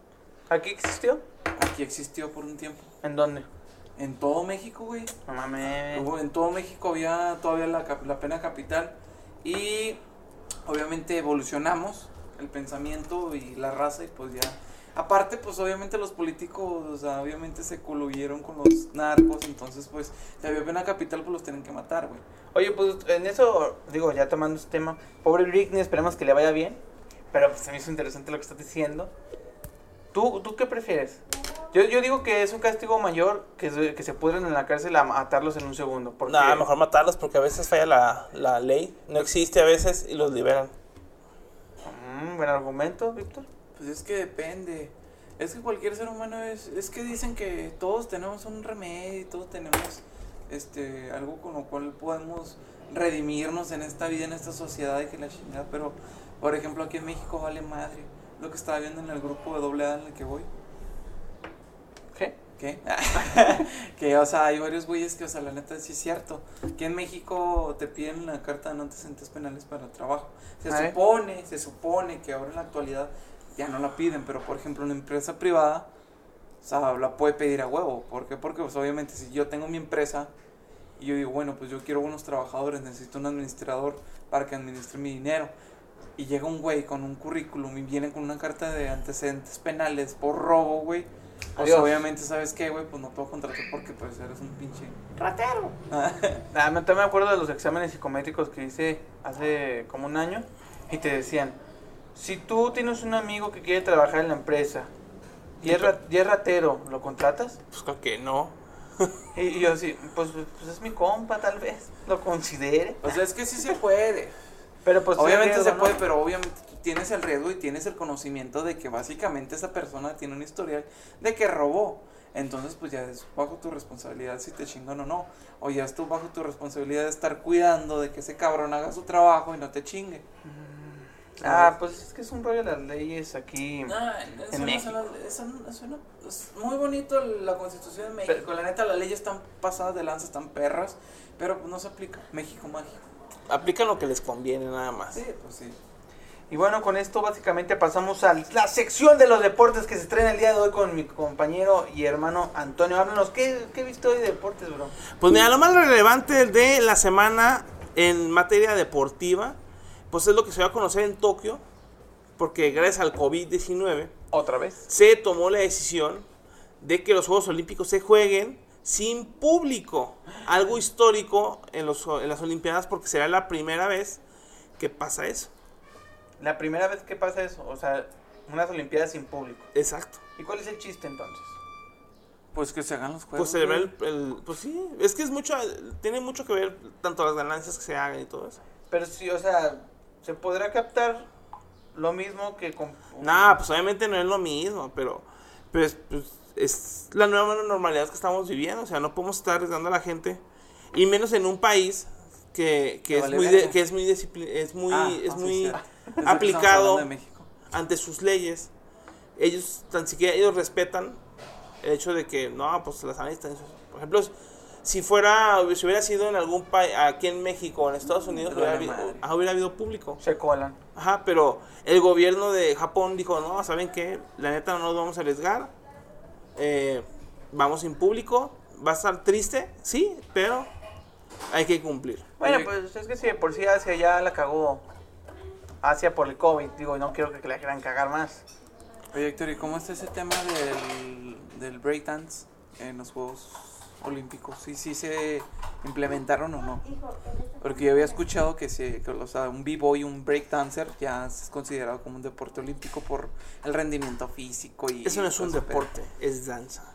Speaker 1: ¿Aquí existió?
Speaker 4: Aquí existió por un tiempo.
Speaker 1: ¿En dónde?
Speaker 4: en todo México, güey.
Speaker 1: No mames.
Speaker 4: Hubo- En todo México había todavía la, cap- la pena capital y obviamente evolucionamos el pensamiento y la raza y pues ya. Aparte, pues obviamente los políticos, o sea, obviamente se coluyeron con los narcos, entonces pues si había pena capital pues los tienen que matar, güey.
Speaker 1: Oye, pues en eso, digo, ya tomando este tema, pobre Britney, esperemos que le vaya bien. Pero pues, se me hizo interesante lo que estás diciendo. ¿Tú, tú qué prefieres? Yo, yo digo que es un castigo mayor que, se- que se pudren en la cárcel a matarlos en un segundo. Porque,
Speaker 2: No, mejor matarlos porque a veces falla la, la ley. No existe a veces y los liberan.
Speaker 1: Mm, buen argumento, Víctor.
Speaker 4: Pues es que depende. Es que cualquier ser humano es. Es que dicen que todos tenemos un remedio y todos tenemos este algo con lo cual podemos redimirnos en esta vida, en esta sociedad y que la chingada. Pero, por ejemplo, aquí en México vale madre lo que estaba viendo en el grupo de doble A en el que voy.
Speaker 1: ¿Qué?
Speaker 4: ¿Qué? que, o sea, hay varios güeyes que, o sea, la neta sí es cierto. Que en México te piden la carta de no antecedentes penales para trabajo. Se
Speaker 1: Ah, ¿eh?
Speaker 4: supone, se supone que ahora en la actualidad ya no la piden, pero por ejemplo, una empresa privada, o sea, la puede pedir a huevo. ¿Por qué? Porque, pues, obviamente, si yo tengo mi empresa y yo digo, bueno, pues yo quiero unos trabajadores, necesito un administrador para que administre mi dinero. Y llega un güey con un currículum y viene con una carta de antecedentes penales por robo, güey. Pues
Speaker 1: Adiós.
Speaker 4: obviamente, ¿sabes qué, güey? Pues no puedo contratar porque pues eres un pinche... ¡Ratero!
Speaker 1: Ah, me, también me acuerdo de los exámenes psicométricos que hice hace como un año y te decían, si tú tienes un amigo que quiere trabajar en la empresa y es, ra- y es ratero, ¿lo contratas?
Speaker 2: Pues con que no.
Speaker 1: Y, y yo así, pues, pues es mi compa, tal vez, lo considere.
Speaker 4: o sea, es que sí se puede.
Speaker 1: Pero pues...
Speaker 4: obviamente
Speaker 1: sí,
Speaker 4: se
Speaker 1: ¿no?
Speaker 4: puede, pero obviamente tú tienes el riesgo y tienes el conocimiento de que básicamente esa persona tiene un historial de que robó. Entonces, pues ya es bajo tu responsabilidad si te chingan o no. O ya es tú bajo tu responsabilidad de estar cuidando de que ese cabrón haga su trabajo y no te chingue.
Speaker 1: Ah, pues es que es un rollo de las leyes aquí.
Speaker 4: Ah, eso no
Speaker 1: México.
Speaker 4: suena- eso no- eso no- es muy bonito la constitución de México. la neta, las leyes están pasadas de lanza, están perras, pero pues no se aplica. México mágico.
Speaker 2: Aplican lo que les conviene nada más.
Speaker 4: Sí, pues sí.
Speaker 1: Y bueno, con esto básicamente pasamos a la sección de los deportes que se estrena el día de hoy con mi compañero y hermano Antonio. Háblanos, ¿qué, qué viste hoy de deportes, bro?
Speaker 2: Pues mira, lo más relevante de la semana en materia deportiva, pues es lo que se va a conocer en Tokio, porque gracias al COVID-19
Speaker 1: ¿Otra vez?
Speaker 2: se tomó la decisión de que los Juegos Olímpicos se jueguen sin público. Algo histórico en, los, en las Olimpiadas porque será la primera vez que pasa eso.
Speaker 1: La primera vez que pasa eso, o sea, unas Olimpiadas sin público.
Speaker 2: Exacto.
Speaker 1: ¿Y cuál es el chiste entonces?
Speaker 4: Pues que se hagan los juegos.
Speaker 2: Pues celebrar el, el- Pues sí, es que es mucho... Tiene mucho que ver tanto las ganancias que se hagan y todo eso.
Speaker 1: Pero sí, o sea, ¿se podrá captar lo mismo que con...
Speaker 2: Nada, pues obviamente no es lo mismo, pero pues, pues, es la nueva normalidad que estamos viviendo. O sea, no podemos estar arriesgando a la gente. Y menos en un país que, que
Speaker 4: Que
Speaker 2: es,
Speaker 4: vale
Speaker 2: muy
Speaker 4: verga.
Speaker 2: de- que es muy discipli- es muy,
Speaker 4: Ah,
Speaker 2: es
Speaker 4: ah, sí,
Speaker 2: muy
Speaker 4: cierto. Pensé que estamos
Speaker 2: aplicado
Speaker 4: hablando de México.
Speaker 2: ante sus leyes. Ellos tan siquiera ellos respetan el hecho de que no, pues las sana distancia. Por ejemplo, si fuera, si hubiera sido en algún país, aquí en México o en Estados Unidos,
Speaker 4: Pero
Speaker 2: hubiera
Speaker 4: vale
Speaker 2: habido-
Speaker 4: madre.
Speaker 2: ah, hubiera habido público.
Speaker 1: Se colan.
Speaker 2: Ajá, pero el gobierno de Japón dijo, no, ¿saben qué? La neta no nos vamos a arriesgar. eh, vamos sin público. Va a estar triste, sí, pero hay que cumplir.
Speaker 1: Bueno,
Speaker 4: Oye.
Speaker 1: pues es que si de por sí Asia ya la cagó Asia por el COVID, digo, no quiero que la quieran cagar más.
Speaker 4: Oye, Héctor, ¿y cómo está ese tema del, del breakdance en los Juegos Olímpicos? ¿Sí, sí se implementaron o no? Porque yo había escuchado que, se, que, o sea, un b-boy, un breakdancer, ya es considerado como un deporte olímpico por el rendimiento físico y... pues,
Speaker 2: Eso no es
Speaker 4: y todo
Speaker 2: un
Speaker 4: ese pedo.
Speaker 2: deporte, es danza.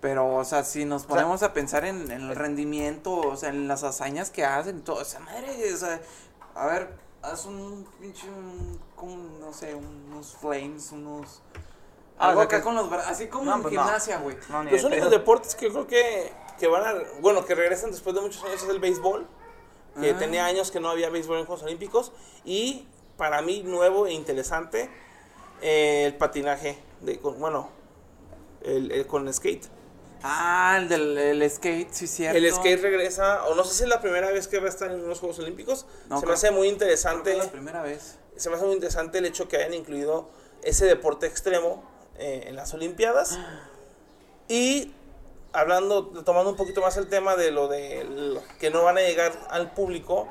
Speaker 4: Pero, o sea, si nos ponemos a pensar en, en el rendimiento, o sea, en las hazañas que hacen, todo, esa madre, o sea, a ver, haz un pinche, un- como, no sé, unos flames, unos...
Speaker 1: Ah,
Speaker 4: Algo
Speaker 1: o sea,
Speaker 4: acá
Speaker 1: que-
Speaker 4: con los bra- así como
Speaker 1: No,
Speaker 4: en
Speaker 1: pues no.
Speaker 4: gimnasia, güey.
Speaker 1: No, ni
Speaker 2: Los
Speaker 1: de
Speaker 2: únicos
Speaker 1: pedo.
Speaker 2: deportes que creo que, que van a... Bueno, que regresan después de muchos años es el béisbol. Que
Speaker 4: Ah.
Speaker 2: tenía años que no había béisbol en Juegos Olímpicos. Y para mí, nuevo e interesante, eh, el patinaje. De, con- bueno, el- el, con skate.
Speaker 4: Ah, el del el skate, sí, cierto.
Speaker 2: El skate regresa, o no sé si es la primera vez que va a estar en unos Juegos Olímpicos.
Speaker 4: No,
Speaker 2: se me
Speaker 4: creo-
Speaker 2: hace muy
Speaker 4: Creo que
Speaker 2: interesante.
Speaker 4: es la primera vez.
Speaker 2: Se me hace muy interesante el hecho que hayan incluido ese deporte extremo eh, en las Olimpiadas. Y hablando, tomando un poquito más el tema de lo de lo que no van a llegar al público,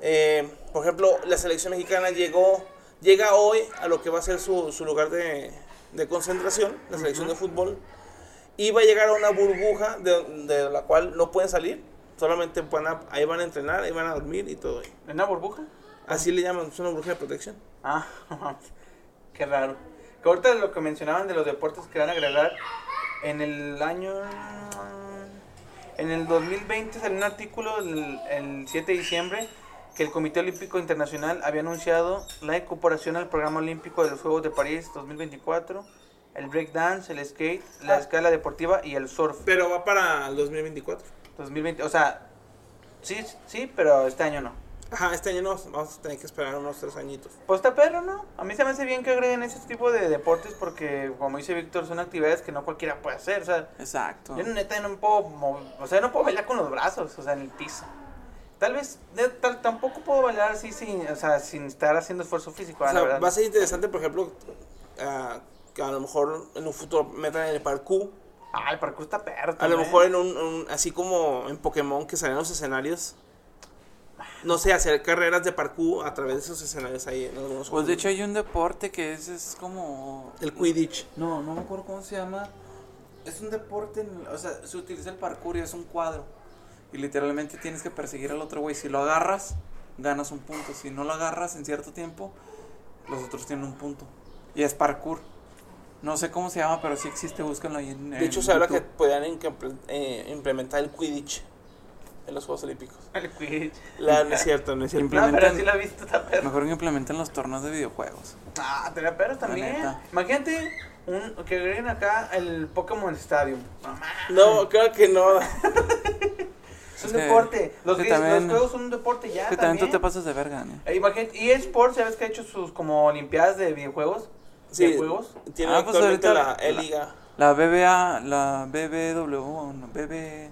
Speaker 2: eh, por ejemplo, la selección mexicana llegó, llega hoy a lo que va a ser su, su lugar de, de concentración, la selección de fútbol, y va a llegar a una burbuja de, de la cual no pueden salir, solamente van a- ahí van a entrenar, ahí van a dormir y todo. ello.
Speaker 1: ¿En una burbuja?
Speaker 2: Así le llaman, es una burbuja de protección.
Speaker 1: Ah, qué raro. Que ahorita lo que mencionaban de los deportes que van a agregar, en el año... En el 2020 salió un artículo el, el 7 de diciembre que el Comité Olímpico Internacional había anunciado la incorporación al programa olímpico de los Juegos de París 2024, el breakdance, el skate, la escala deportiva y el surf.
Speaker 2: Pero va para el 2024.
Speaker 1: 2020, o sea, sí, sí, pero este año no.
Speaker 2: Ajá, este año no, vamos a tener que esperar unos tres añitos.
Speaker 1: Pues está perro, ¿no? A mí se me hace bien que agreguen ese tipo de deportes porque, como dice Víctor, son actividades que no cualquiera puede hacer. O sea,
Speaker 4: Exacto. Pues,
Speaker 1: yo neta no me puedo mov- o sea, no puedo bailar con los brazos, o sea, en el piso. Tal vez, de- tal- tampoco puedo bailar así sin, o sea, sin estar haciendo esfuerzo físico, ah, la
Speaker 2: O sea,
Speaker 1: verdad.
Speaker 2: va a ser interesante, por ejemplo, ah, que a lo mejor en un futuro metan el parkour.
Speaker 1: Ah, el parkour está perro.
Speaker 2: A lo
Speaker 1: también.
Speaker 2: mejor en un, un- así como en Pokémon que salen los escenarios. No sé, hacer carreras de parkour a través de esos escenarios ahí en algunos
Speaker 4: Pues de hecho
Speaker 2: juegos.
Speaker 4: hay un deporte que es, es como...
Speaker 2: el Quidditch.
Speaker 4: No, no me acuerdo cómo se llama. Es un deporte, en el- o sea, se utiliza el parkour y es un cuadro. Y literalmente tienes que perseguir al otro güey. Si lo agarras, ganas un punto. Si no lo agarras en cierto tiempo, los otros tienen un punto. Y es parkour. No sé cómo se llama, pero sí existe, búsquenlo ahí en
Speaker 2: De hecho,
Speaker 4: en
Speaker 2: se habla que
Speaker 4: YouTube.
Speaker 2: podrían incomple- eh, implementar el Quidditch en los Juegos Olímpicos.
Speaker 1: El quidditch.
Speaker 2: La, no es cierto, no es cierto.
Speaker 1: No, pero
Speaker 4: Implementan-
Speaker 1: sí lo he visto, está perro.
Speaker 4: Mejor que implementen los torneos de videojuegos.
Speaker 1: Ah, te la perro también.
Speaker 4: neta.
Speaker 1: Imagínate un, que agreguen acá el Pokémon Stadium. Mamá.
Speaker 2: No, creo que no.
Speaker 1: Es un
Speaker 4: que-
Speaker 1: deporte. Los,
Speaker 4: que
Speaker 1: gays- los
Speaker 4: también-
Speaker 1: juegos son un deporte ya.
Speaker 4: que también tú te pasas de verga, ¿no?
Speaker 1: Eh, Imagínate, y Sports, ¿sabes que ha hecho sus como Olimpiadas de videojuegos?
Speaker 2: Sí,
Speaker 1: ¿Videojuegos?
Speaker 2: tiene
Speaker 4: Ah, pues
Speaker 2: actualmente
Speaker 4: ahorita
Speaker 2: la,
Speaker 4: la- la-
Speaker 2: liga.
Speaker 4: La BBA, la BBW, no, BBVA,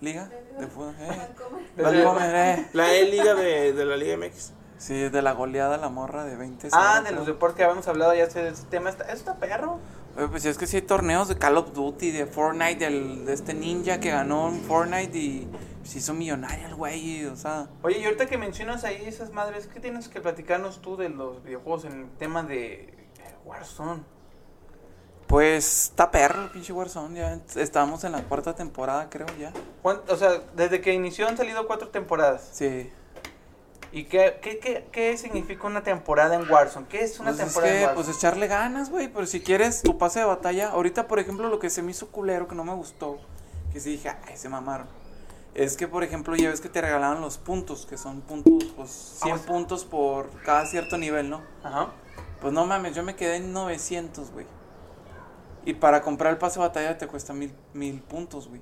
Speaker 4: Liga de Fútbol. eh. Vale,
Speaker 1: Pero-
Speaker 4: Gómez, eh.
Speaker 2: La E-Liga de, de la Liga MX.
Speaker 4: Sí, de la goleada la morra de 20.
Speaker 1: Ah,
Speaker 4: cero,
Speaker 1: de los
Speaker 4: creo.
Speaker 1: deportes que habíamos hablado ya hace de ese tema. Está, eso está perro.
Speaker 4: Oye, Pues es que sí hay torneos de Call of Duty, de Fortnite, del, de este ninja que ganó en Fortnite y se hizo millonario el güey, y, o sea...
Speaker 1: Oye, y ahorita que mencionas ahí esas madres, ¿qué tienes que platicarnos tú de los videojuegos en el tema de eh, Warzone?
Speaker 4: Pues está perro el pinche Warzone, ya est- estamos en la cuarta temporada creo ya.
Speaker 1: ¿Cuán- O sea, desde que inició han salido cuatro temporadas.
Speaker 4: Sí.
Speaker 1: ¿Y qué, qué, qué, qué significa una temporada en Warzone? ¿Qué es una
Speaker 4: Pues es
Speaker 1: temporada en
Speaker 4: que,
Speaker 1: Warzone?
Speaker 4: pues echarle ganas, güey, pero si quieres tu pase de batalla, ahorita por ejemplo lo que se me hizo culero, que no me gustó, que sí dije, ay, se mamaron. Es que, por ejemplo, ya ves que te regalaban los puntos, que son puntos, pues 100
Speaker 1: pues-
Speaker 4: puntos por cada cierto nivel, ¿no?
Speaker 1: Ajá.
Speaker 4: Pues no mames, yo me quedé en 900, güey. Y para comprar el pase de batalla te cuesta mil, mil puntos, güey.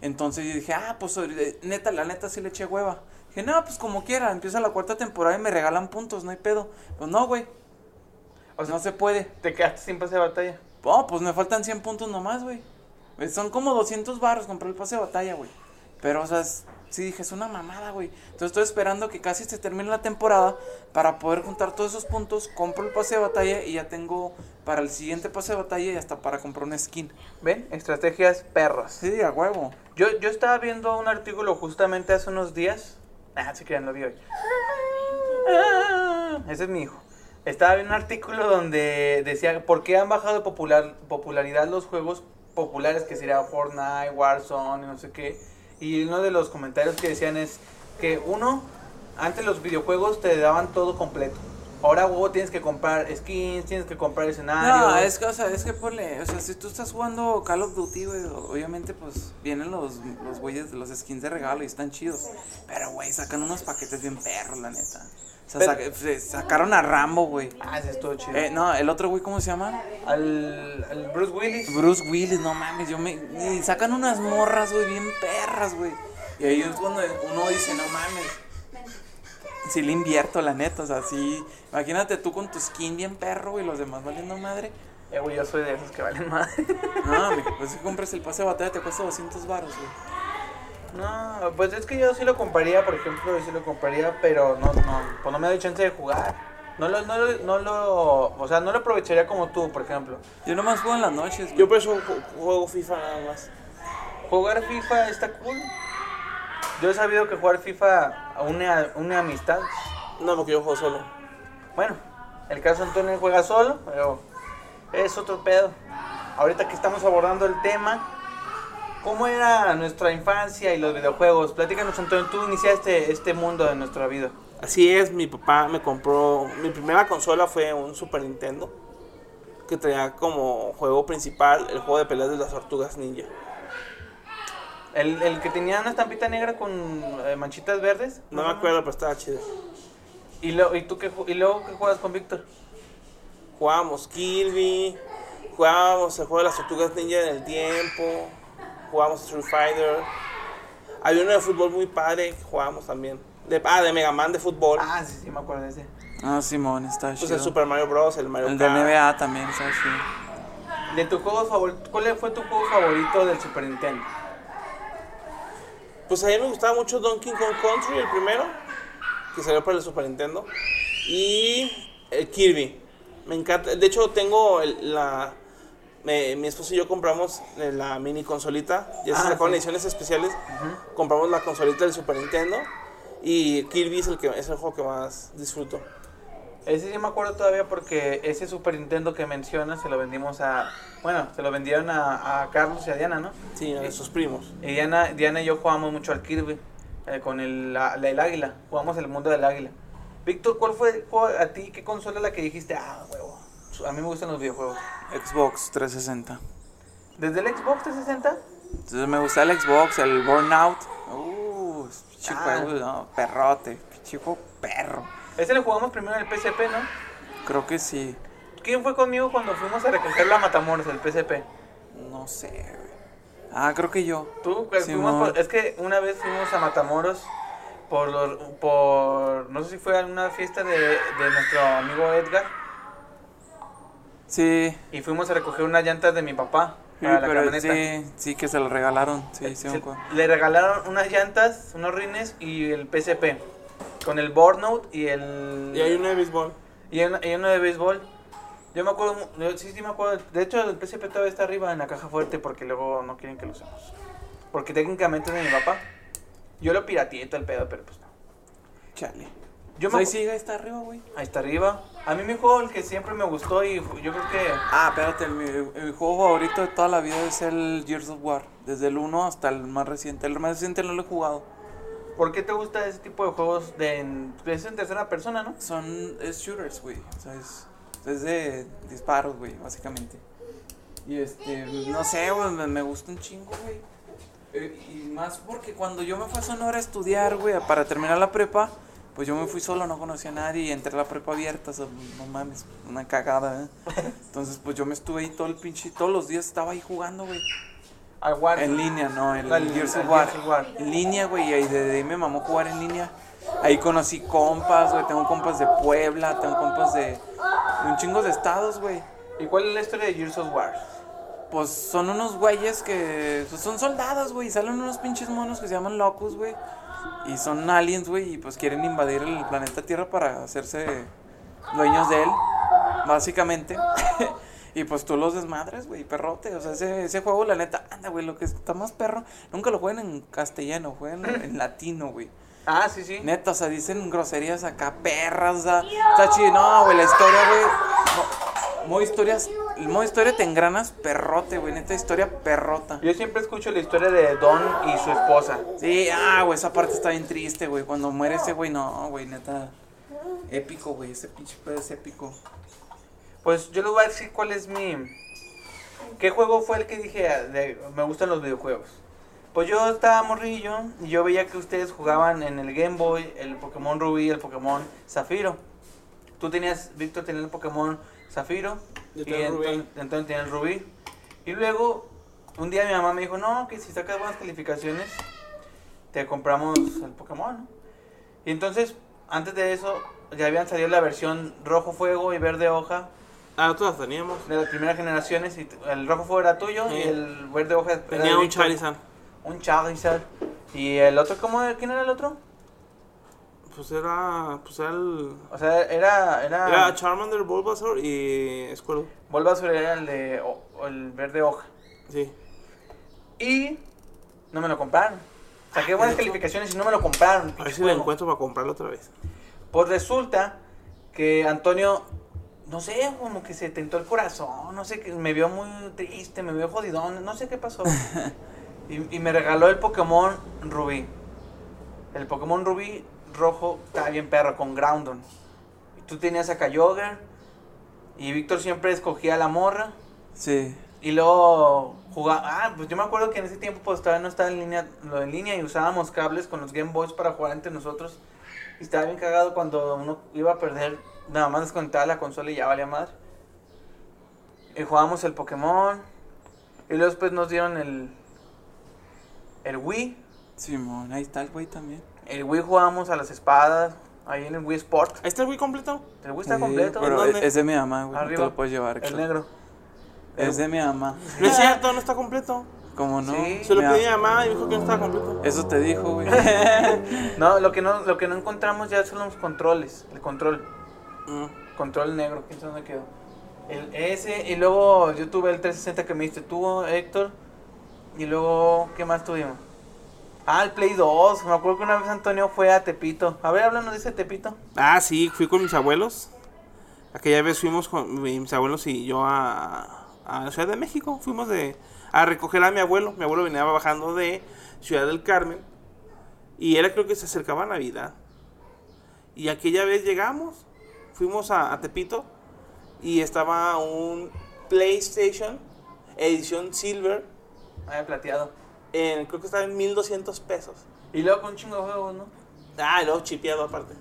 Speaker 4: Entonces yo dije, ah, pues eh, neta, la neta sí le eché hueva. Dije, no, pues como quiera, empieza la cuarta temporada y me regalan puntos, no hay pedo. Pues no, güey,
Speaker 1: O sea,
Speaker 4: no se puede.
Speaker 1: te quedaste sin pase de batalla.
Speaker 4: Oh, pues me faltan 100 puntos nomás, güey. Eh, Son como 200 barros comprar el pase de batalla, güey. Pero, o sea, es- sí dije, es una mamada, güey. Entonces estoy esperando que casi se termine la temporada para poder juntar todos esos puntos, compro el pase de batalla y ya tengo para el siguiente pase de batalla y hasta para comprar una skin.
Speaker 1: ¿Ven? Estrategias perras.
Speaker 4: Sí, a huevo.
Speaker 1: Yo, yo estaba viendo un artículo justamente hace unos días. Ah, se crean, lo vi hoy. Ah, ese es mi hijo. Estaba viendo un artículo donde decía por qué han bajado de popular, popularidad los juegos populares, que sería Fortnite, Warzone y no sé qué. Y uno de los comentarios que decían es que uno, antes los videojuegos te daban todo completo. Ahora, huevo, tienes que comprar skins, tienes que comprar escenarios.
Speaker 4: No, es que, o sea, es que ponle, o sea, si tú estás jugando Call of Duty, güey, o- obviamente, pues, vienen los, los güeyes de los skins de regalo y están chidos. Pero, güey, sacan unos paquetes bien perros, la neta. O sea,
Speaker 1: Pero-
Speaker 4: saca- se- sacaron a Rambo, güey.
Speaker 1: Ah, ese estuvo chido.
Speaker 4: Eh, no, el otro güey, ¿cómo se llama?
Speaker 1: al, al Bruce Willis.
Speaker 4: Bruce Willis, no mames, yo me... y sacan unas morras, güey, bien perras, güey. Y ahí es cuando uno dice, no mames. Si le invierto, la neta, o sea, sí. Imagínate tú con tu skin bien perro, güey, los demás valiendo madre.
Speaker 1: Eh, güey, yo soy de esos que valen más.
Speaker 4: No, güey, pues si compras el pase de batalla te cuesta 200 baros, güey.
Speaker 1: no, pues es que yo sí lo compraría, por ejemplo, yo sí lo compraría, pero no, no, pues no me doy chance de jugar. No lo, no, lo, no lo- o sea, no lo aprovecharía como tú, por ejemplo.
Speaker 4: Yo nomás juego en las noches, güey.
Speaker 2: Yo por eso ju- juego FIFA nada más.
Speaker 1: Jugar FIFA está cool. Yo he sabido que jugar FIFA une, a- une amistad.
Speaker 2: No, porque yo juego solo.
Speaker 1: Bueno, el caso Antonio juega solo, pero es otro pedo. Ahorita que estamos abordando el tema, ¿cómo era nuestra infancia y los videojuegos? Platícanos, Antonio, tú iniciaste este mundo de nuestra vida.
Speaker 2: Así es, mi papá me compró. Mi primera consola fue un Super Nintendo. Que traía como juego principal el juego de peleas de las tortugas ninja.
Speaker 1: El, el que tenía una estampita negra con eh, manchitas verdes.
Speaker 2: No me acuerdo, pero estaba chido.
Speaker 1: ¿Y, lo- y, tú qué, ju- ¿Y luego qué juegas con Víctor?
Speaker 2: Jugábamos Kirby, jugábamos el juego de las tortugas ninja en el tiempo, jugábamos Street Fighter. Había uno de fútbol muy padre que jugábamos también. De, ah, de Mega Man de fútbol.
Speaker 1: Ah, sí, sí, me acuerdo de ese.
Speaker 4: Ah, Simón, está
Speaker 2: pues
Speaker 4: chido.
Speaker 2: el Super Mario Bros, el Mario
Speaker 4: El de
Speaker 2: Kart.
Speaker 4: NBA también, está chido.
Speaker 1: De tu juego favorito, ¿cuál fue tu juego favorito del Super Nintendo?
Speaker 2: Pues a mí me gustaba mucho Donkey Kong Country, el primero, que salió para el Super Nintendo. Y el Kirby. Me encanta. De hecho, tengo el- la. me- mi esposo y yo compramos eh, la mini consolita. Ya se
Speaker 1: Ah,
Speaker 2: sacaron
Speaker 1: sí.
Speaker 2: ediciones especiales. Compramos la consolita del Super Nintendo. Y Kirby es el, que, es el juego que más disfruto.
Speaker 1: Ese sí me acuerdo todavía porque ese Super Nintendo que mencionas se lo vendimos a. Bueno, se lo vendieron a, a Carlos y a Diana, ¿no?
Speaker 2: Sí, a sus primos.
Speaker 1: Y Diana, Diana y yo jugamos mucho al Kirby eh, con el, la- la- el águila. Jugamos el mundo del águila. Víctor, ¿cuál fue el juego a ti? ¿Qué consola la que dijiste? Ah, huevo. A mí me gustan los videojuegos.
Speaker 4: Xbox 360.
Speaker 1: ¿Desde el Xbox 360?
Speaker 4: Entonces me gusta el Xbox, el Burnout. Uh, pinche
Speaker 1: Ah.
Speaker 4: juego, no, perrote, pinche juego perro.
Speaker 1: Ese lo jugamos primero en el PSP, ¿no?
Speaker 4: Creo que sí.
Speaker 1: ¿Quién fue conmigo cuando fuimos a recoger la Matamoros, el PSP?
Speaker 4: No sé, güey. Ah, creo que yo.
Speaker 1: Tú, pues,
Speaker 4: Sí,
Speaker 1: fuimos
Speaker 4: mo.
Speaker 1: por- es que una vez fuimos a Matamoros por, los- por no sé si fue alguna fiesta de, de nuestro amigo Edgar
Speaker 4: Sí.
Speaker 1: y fuimos a recoger unas llantas de mi papá
Speaker 4: Sí,
Speaker 1: para la
Speaker 4: pero
Speaker 1: camioneta.
Speaker 4: sí, sí que se lo regalaron. Sí, sí, me
Speaker 1: Se-
Speaker 4: acuerdo.
Speaker 1: le regalaron unas llantas, unos rines y el PSP con el Burnout y el
Speaker 2: Y hay uno de béisbol.
Speaker 1: y hay una- y uno de béisbol. Yo me acuerdo, mu- yo sí, sí me acuerdo. De hecho, el PSP todavía está arriba en la caja fuerte porque luego no quieren que lo usemos. Porque técnicamente es de mi papá. Yo lo pirateé y todo el pedo, pero pues no.
Speaker 4: Chale.
Speaker 1: Yo
Speaker 4: Pues
Speaker 1: me
Speaker 4: ahí sí, ahí está arriba, güey.
Speaker 1: Ahí está arriba. A mí mi juego, el que siempre me gustó y fu- yo creo que...
Speaker 4: Ah, espérate, mi, mi juego favorito de toda la vida es el Gears of War. Desde el 1 hasta el más reciente. El más reciente no lo he jugado.
Speaker 1: ¿Por qué te gusta ese tipo de juegos de... en- Es en tercera persona, ¿no?
Speaker 4: Son es shooters, güey. O sea, es, es de disparos, güey, básicamente. Y este, no sé, güey, me, me gusta un chingo, güey. Eh, y más porque cuando yo me fui a Sonora a estudiar, güey, para terminar la prepa, pues yo me fui solo, no conocía a nadie y entré a la prepa abierta, o sea, no mames, una cagada, ¿eh? Entonces, pues yo me estuve ahí todo el pinche, todos los días estaba ahí jugando, güey.
Speaker 1: Al Warzone.
Speaker 4: En línea, no, el,
Speaker 1: Al-
Speaker 4: Gears
Speaker 1: al
Speaker 4: of War.
Speaker 1: Gears of War.
Speaker 4: En línea, güey, y ahí desde ahí me mamó jugar en línea. Ahí conocí compas, güey, tengo compas de Puebla, tengo compas de, de un chingo de estados, güey.
Speaker 1: ¿Y cuál es la historia de Gears of War?
Speaker 4: Pues son unos güeyes que pues, son soldados, güey, y salen unos pinches monos que se llaman locos, güey. Y son aliens, güey, y pues quieren invadir el planeta Tierra para hacerse dueños de él, básicamente. y pues tú los desmadres, güey, perrote. O sea, ese, ese juego, la neta, anda, güey, lo que está más perro. Nunca lo jueguen en castellano, jueguen en latino, güey.
Speaker 1: Ah, sí, sí.
Speaker 4: Neta, o sea, dicen groserías acá, perras, o sea, está chido. No, güey, la historia, güey. mo- Modo historias, el modo historia te engranas perrote, güey, neta historia perrota.
Speaker 1: Yo siempre escucho la historia de Don y su esposa.
Speaker 4: Sí, ah, güey, esa parte está bien triste, güey. Cuando muere ese güey, no, güey, neta. Épico, güey, ese pinche pedo es épico.
Speaker 1: Pues yo les voy a decir cuál es mi... ¿Qué juego fue el que dije ah, de- me gustan los videojuegos? Pues yo estaba morrillo y yo veía que ustedes jugaban en el Game Boy, el Pokémon Rubí, el Pokémon Zafiro. Tú tenías, Víctor tenía el Pokémon Zafiro
Speaker 2: Yo
Speaker 1: y
Speaker 2: tenía el Rubí.
Speaker 1: entonces, entonces tenía el Rubí. Y luego un día mi mamá me dijo, no, que si sacas buenas calificaciones, te compramos el Pokémon. ¿no? Y entonces, antes de eso, ya habían salido la versión rojo fuego y verde hoja
Speaker 2: Ah, todas teníamos.
Speaker 1: de las primeras generaciones y t- el rojo fuego era tuyo
Speaker 2: Sí.
Speaker 1: y el verde hoja era de
Speaker 2: Tenía un
Speaker 1: Víctor.
Speaker 2: Charizard.
Speaker 1: Un Charizard. Y el otro, ¿cómo? ¿Quién era el otro?
Speaker 2: Pues era. Pues era el.
Speaker 1: O sea, era. Era,
Speaker 2: Era Charmander, Bulbasaur y Squirtle.
Speaker 1: Bulbasaur era el de. o- o el verde hoja.
Speaker 2: Sí.
Speaker 1: Y. No me lo compraron. Saqué buenas calificaciones y no me lo compraron.
Speaker 2: A ver
Speaker 1: pinche
Speaker 2: si lo
Speaker 1: juego.
Speaker 2: encuentro para comprarlo otra vez.
Speaker 1: Pues resulta que Antonio, no sé, como que se tentó el corazón, no sé, que me vio muy triste, me vio jodidón, no sé qué pasó. y, y me regaló el Pokémon Rubí. El Pokémon Rubí rojo está bien perro, con Groundon. Y tú tenías a Kyogre. Y Víctor siempre escogía a la morra.
Speaker 4: Sí.
Speaker 1: Y luego jugaba. Ah, pues yo me acuerdo que en ese tiempo, pues todavía no estaba en línea, lo de línea y usábamos cables con los Game Boys para jugar entre nosotros. Y estaba bien cagado cuando uno iba a perder, nada más desconectaba la consola y ya valía madre. Y jugábamos el Pokémon. Y luego después nos dieron el. El Wii.
Speaker 4: Simón, ahí está el güey también.
Speaker 1: El Wii jugábamos a las espadas. Ahí en el Wii Sport.
Speaker 2: Ahí está el Wii completo.
Speaker 1: El Wii está
Speaker 4: Sí,
Speaker 1: completo.
Speaker 4: Pero
Speaker 2: ¿Dónde?
Speaker 4: es, es de mi mamá, güey. No te
Speaker 1: Arriba.
Speaker 4: lo puedes llevar,
Speaker 1: El
Speaker 4: claro.
Speaker 1: negro.
Speaker 4: Es de mi mamá.
Speaker 2: No es cierto, no está completo.
Speaker 4: ¿Cómo no?
Speaker 1: Sí.
Speaker 2: Se lo
Speaker 4: Mi
Speaker 2: pedí
Speaker 4: a-
Speaker 2: a mi mamá y dijo que no estaba completo.
Speaker 4: Eso te dijo, güey.
Speaker 1: No, lo que no, lo que no encontramos ya son los controles. El control.
Speaker 2: Mm.
Speaker 1: Control negro, quién sabe dónde quedó. El ese, y luego yo tuve el 360 que me diste tú, Héctor. Y luego, ¿qué más tuvimos? Ah, el Play 2. Me acuerdo que una vez Antonio fue a Tepito. A ver, háblanos de ese Tepito.
Speaker 2: Ah, sí, fui con mis abuelos. Aquella vez fuimos con mi- mis abuelos y yo a, a la Ciudad de México. Fuimos de, a recoger a mi abuelo. Mi abuelo venía bajando de Ciudad del Carmen. Y era creo que se acercaba Navidad. Y aquella vez llegamos, fuimos a, a Tepito y estaba un PlayStation edición Silver.
Speaker 1: Había Ah, plateado.
Speaker 2: En, creo que estaba en 1200 pesos.
Speaker 1: Y luego con un chingo de juegos, ¿no?
Speaker 2: Ah, y luego chipeado aparte.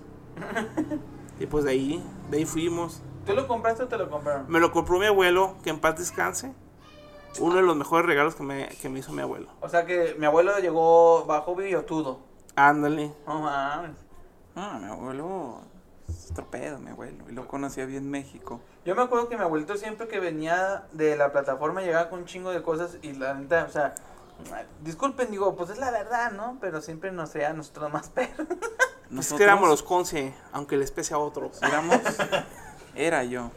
Speaker 2: y pues de ahí, de ahí fuimos.
Speaker 1: ¿Tú lo compraste o te lo compraron?
Speaker 2: Me lo compró mi abuelo, que en paz descanse. Uno de los mejores regalos que me, que me hizo mi abuelo.
Speaker 1: O sea que mi abuelo llegó bajo billotudo.
Speaker 2: Ándale. Pues
Speaker 1: No mames.
Speaker 4: Ah, mi abuelo. Es otro pedo, mi abuelo. Y lo conocía bien México.
Speaker 1: Yo me acuerdo que mi abuelito siempre que venía de la plataforma llegaba con un chingo de cosas y la neta, o sea, disculpen, digo, pues es la verdad, ¿no? Pero siempre nos sea nosotros más perros.
Speaker 2: Nosotros
Speaker 4: Nosotros
Speaker 2: éramos los conce, aunque les pese a otros.
Speaker 4: éramos- Era yo.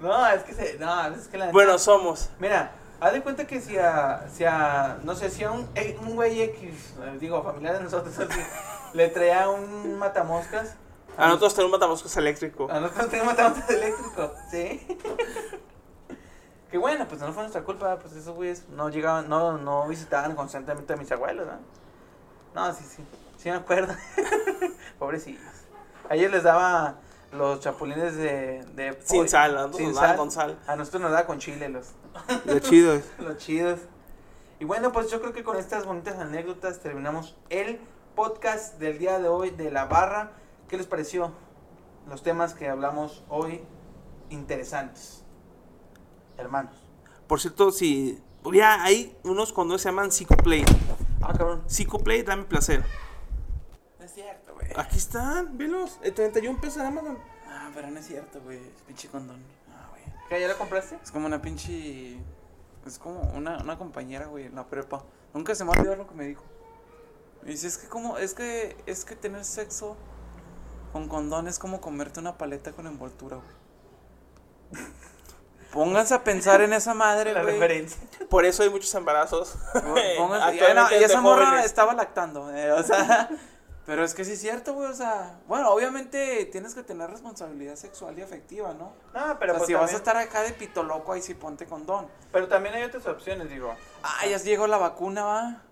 Speaker 1: No, es que se, no, es que la neta-
Speaker 2: Bueno, somos.
Speaker 1: mira, haz de cuenta que si a, si a, no sé, si a un, eh, un güey X, eh, digo, familiar de nosotros, así, le traía un matamoscas,
Speaker 2: A nosotros tenemos un matamoscas eléctrico.
Speaker 1: a nosotros tenemos matamoscas eléctrico, ¿sí? que bueno, pues no fue nuestra culpa, pues esos güeyes no llegaban, no, no visitaban constantemente a mis abuelos, ¿no? No, sí, sí, sí me acuerdo. Pobrecillos. A ellos les daba los chapulines de... de
Speaker 2: Sin sal, a nosotros
Speaker 1: sin
Speaker 2: nos daban con sal.
Speaker 1: A nosotros nos daba con chile los...
Speaker 2: Lo chido es.
Speaker 1: Los chidos. Y bueno, pues yo creo que con estas bonitas anécdotas terminamos el podcast del día de hoy de la barra. ¿Qué les pareció? Los temas que hablamos hoy interesantes. Hermanos.
Speaker 2: Por cierto, si. Mira, hay unos cuando se llaman Psicoplay.
Speaker 1: Ah, cabrón.
Speaker 2: Psicoplay, dame placer.
Speaker 4: No es cierto, güey.
Speaker 2: Aquí están, velos. Eh, 31 pesos en Amazon.
Speaker 4: Ah, pero no es cierto, güey. Es pinche condón. Ah, güey.
Speaker 1: ¿Qué, ¿Ya lo compraste?
Speaker 4: Es como una pinche. Es como una, una compañera, güey, en la prepa. Nunca se me ha olvidado lo que me dijo. Me dice, es que como, es que, es que tener sexo con condón es como comerte una paleta con envoltura, güey. Pónganse a pensar en esa madre,
Speaker 1: La
Speaker 4: güey.
Speaker 1: referencia.
Speaker 2: Por eso hay muchos embarazos.
Speaker 1: Ah,
Speaker 4: Pónganse.
Speaker 2: Actualmente
Speaker 4: no, y
Speaker 2: entre
Speaker 4: esa morra
Speaker 2: jóvenes.
Speaker 4: estaba lactando, eh, o sea. Pero es que sí es cierto, güey, o sea. Bueno, obviamente tienes que tener responsabilidad sexual y afectiva, ¿no?
Speaker 1: No, pero,
Speaker 4: o sea,
Speaker 1: pues
Speaker 4: si vas a
Speaker 1: también,
Speaker 4: estar acá de pito loco, ahí sí ponte condón.
Speaker 1: pero también hay otras opciones, digo.
Speaker 4: Ah, ya llegó la vacuna, va.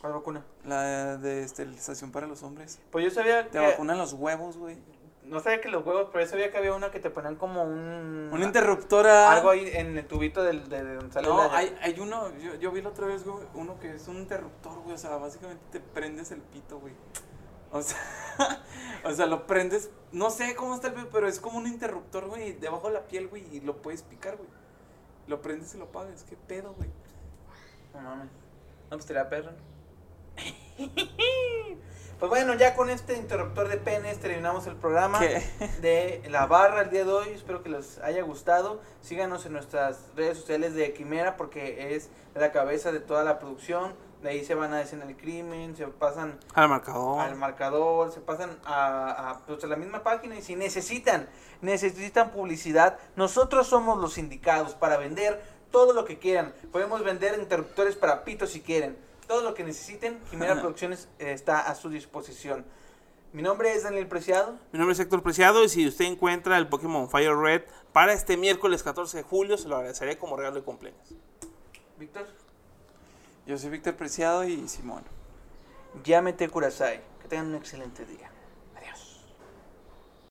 Speaker 1: ¿Cuál vacuna?
Speaker 4: La de esterilización para los hombres.
Speaker 1: Pues yo sabía
Speaker 4: Te
Speaker 1: que...
Speaker 4: vacunan los huevos, güey.
Speaker 1: No sabía que los huevos, pero yo sabía que había una que te ponían como un...
Speaker 4: Una interruptora.
Speaker 1: mm, Algo ahí en el tubito del, de, de donde sale
Speaker 4: No,
Speaker 1: la-
Speaker 4: hay, hay uno, yo, yo vi la otra vez, güey, uno que es un interruptor, güey. O sea, básicamente te prendes el pito, güey. O sea, o sea, lo prendes, no sé cómo está el pito, pero es como un interruptor, güey, debajo de la piel, güey, y lo puedes picar, güey. Lo prendes y lo pagas, qué pedo, güey.
Speaker 1: No mames. No, pues estaría perro. Pues bueno, ya con este interruptor de penes terminamos el programa
Speaker 4: ¿Qué?
Speaker 1: de la barra el día de hoy. Espero que les haya gustado. Síganos en nuestras redes sociales de Quimera porque es la cabeza de toda la producción, De ahí se van a escena del crimen, se pasan
Speaker 2: Al marcador.
Speaker 1: al marcador, se pasan a, a, pues, a la misma página y si necesitan, necesitan publicidad, nosotros somos los indicados para vender todo lo que quieran. Podemos vender interruptores para pito si quieren. Todo lo que necesiten, Quimera Producciones eh, está a su disposición. Mi nombre es Daniel Preciado.
Speaker 2: Mi nombre es Héctor Preciado y si usted encuentra el Pokémon Fire Red para este miércoles 14 de julio, se lo agradeceré como regalo de cumpleaños.
Speaker 1: Víctor,
Speaker 4: Yo soy Víctor Preciado y Simón.
Speaker 1: llámete Curasai. Que tengan un excelente día.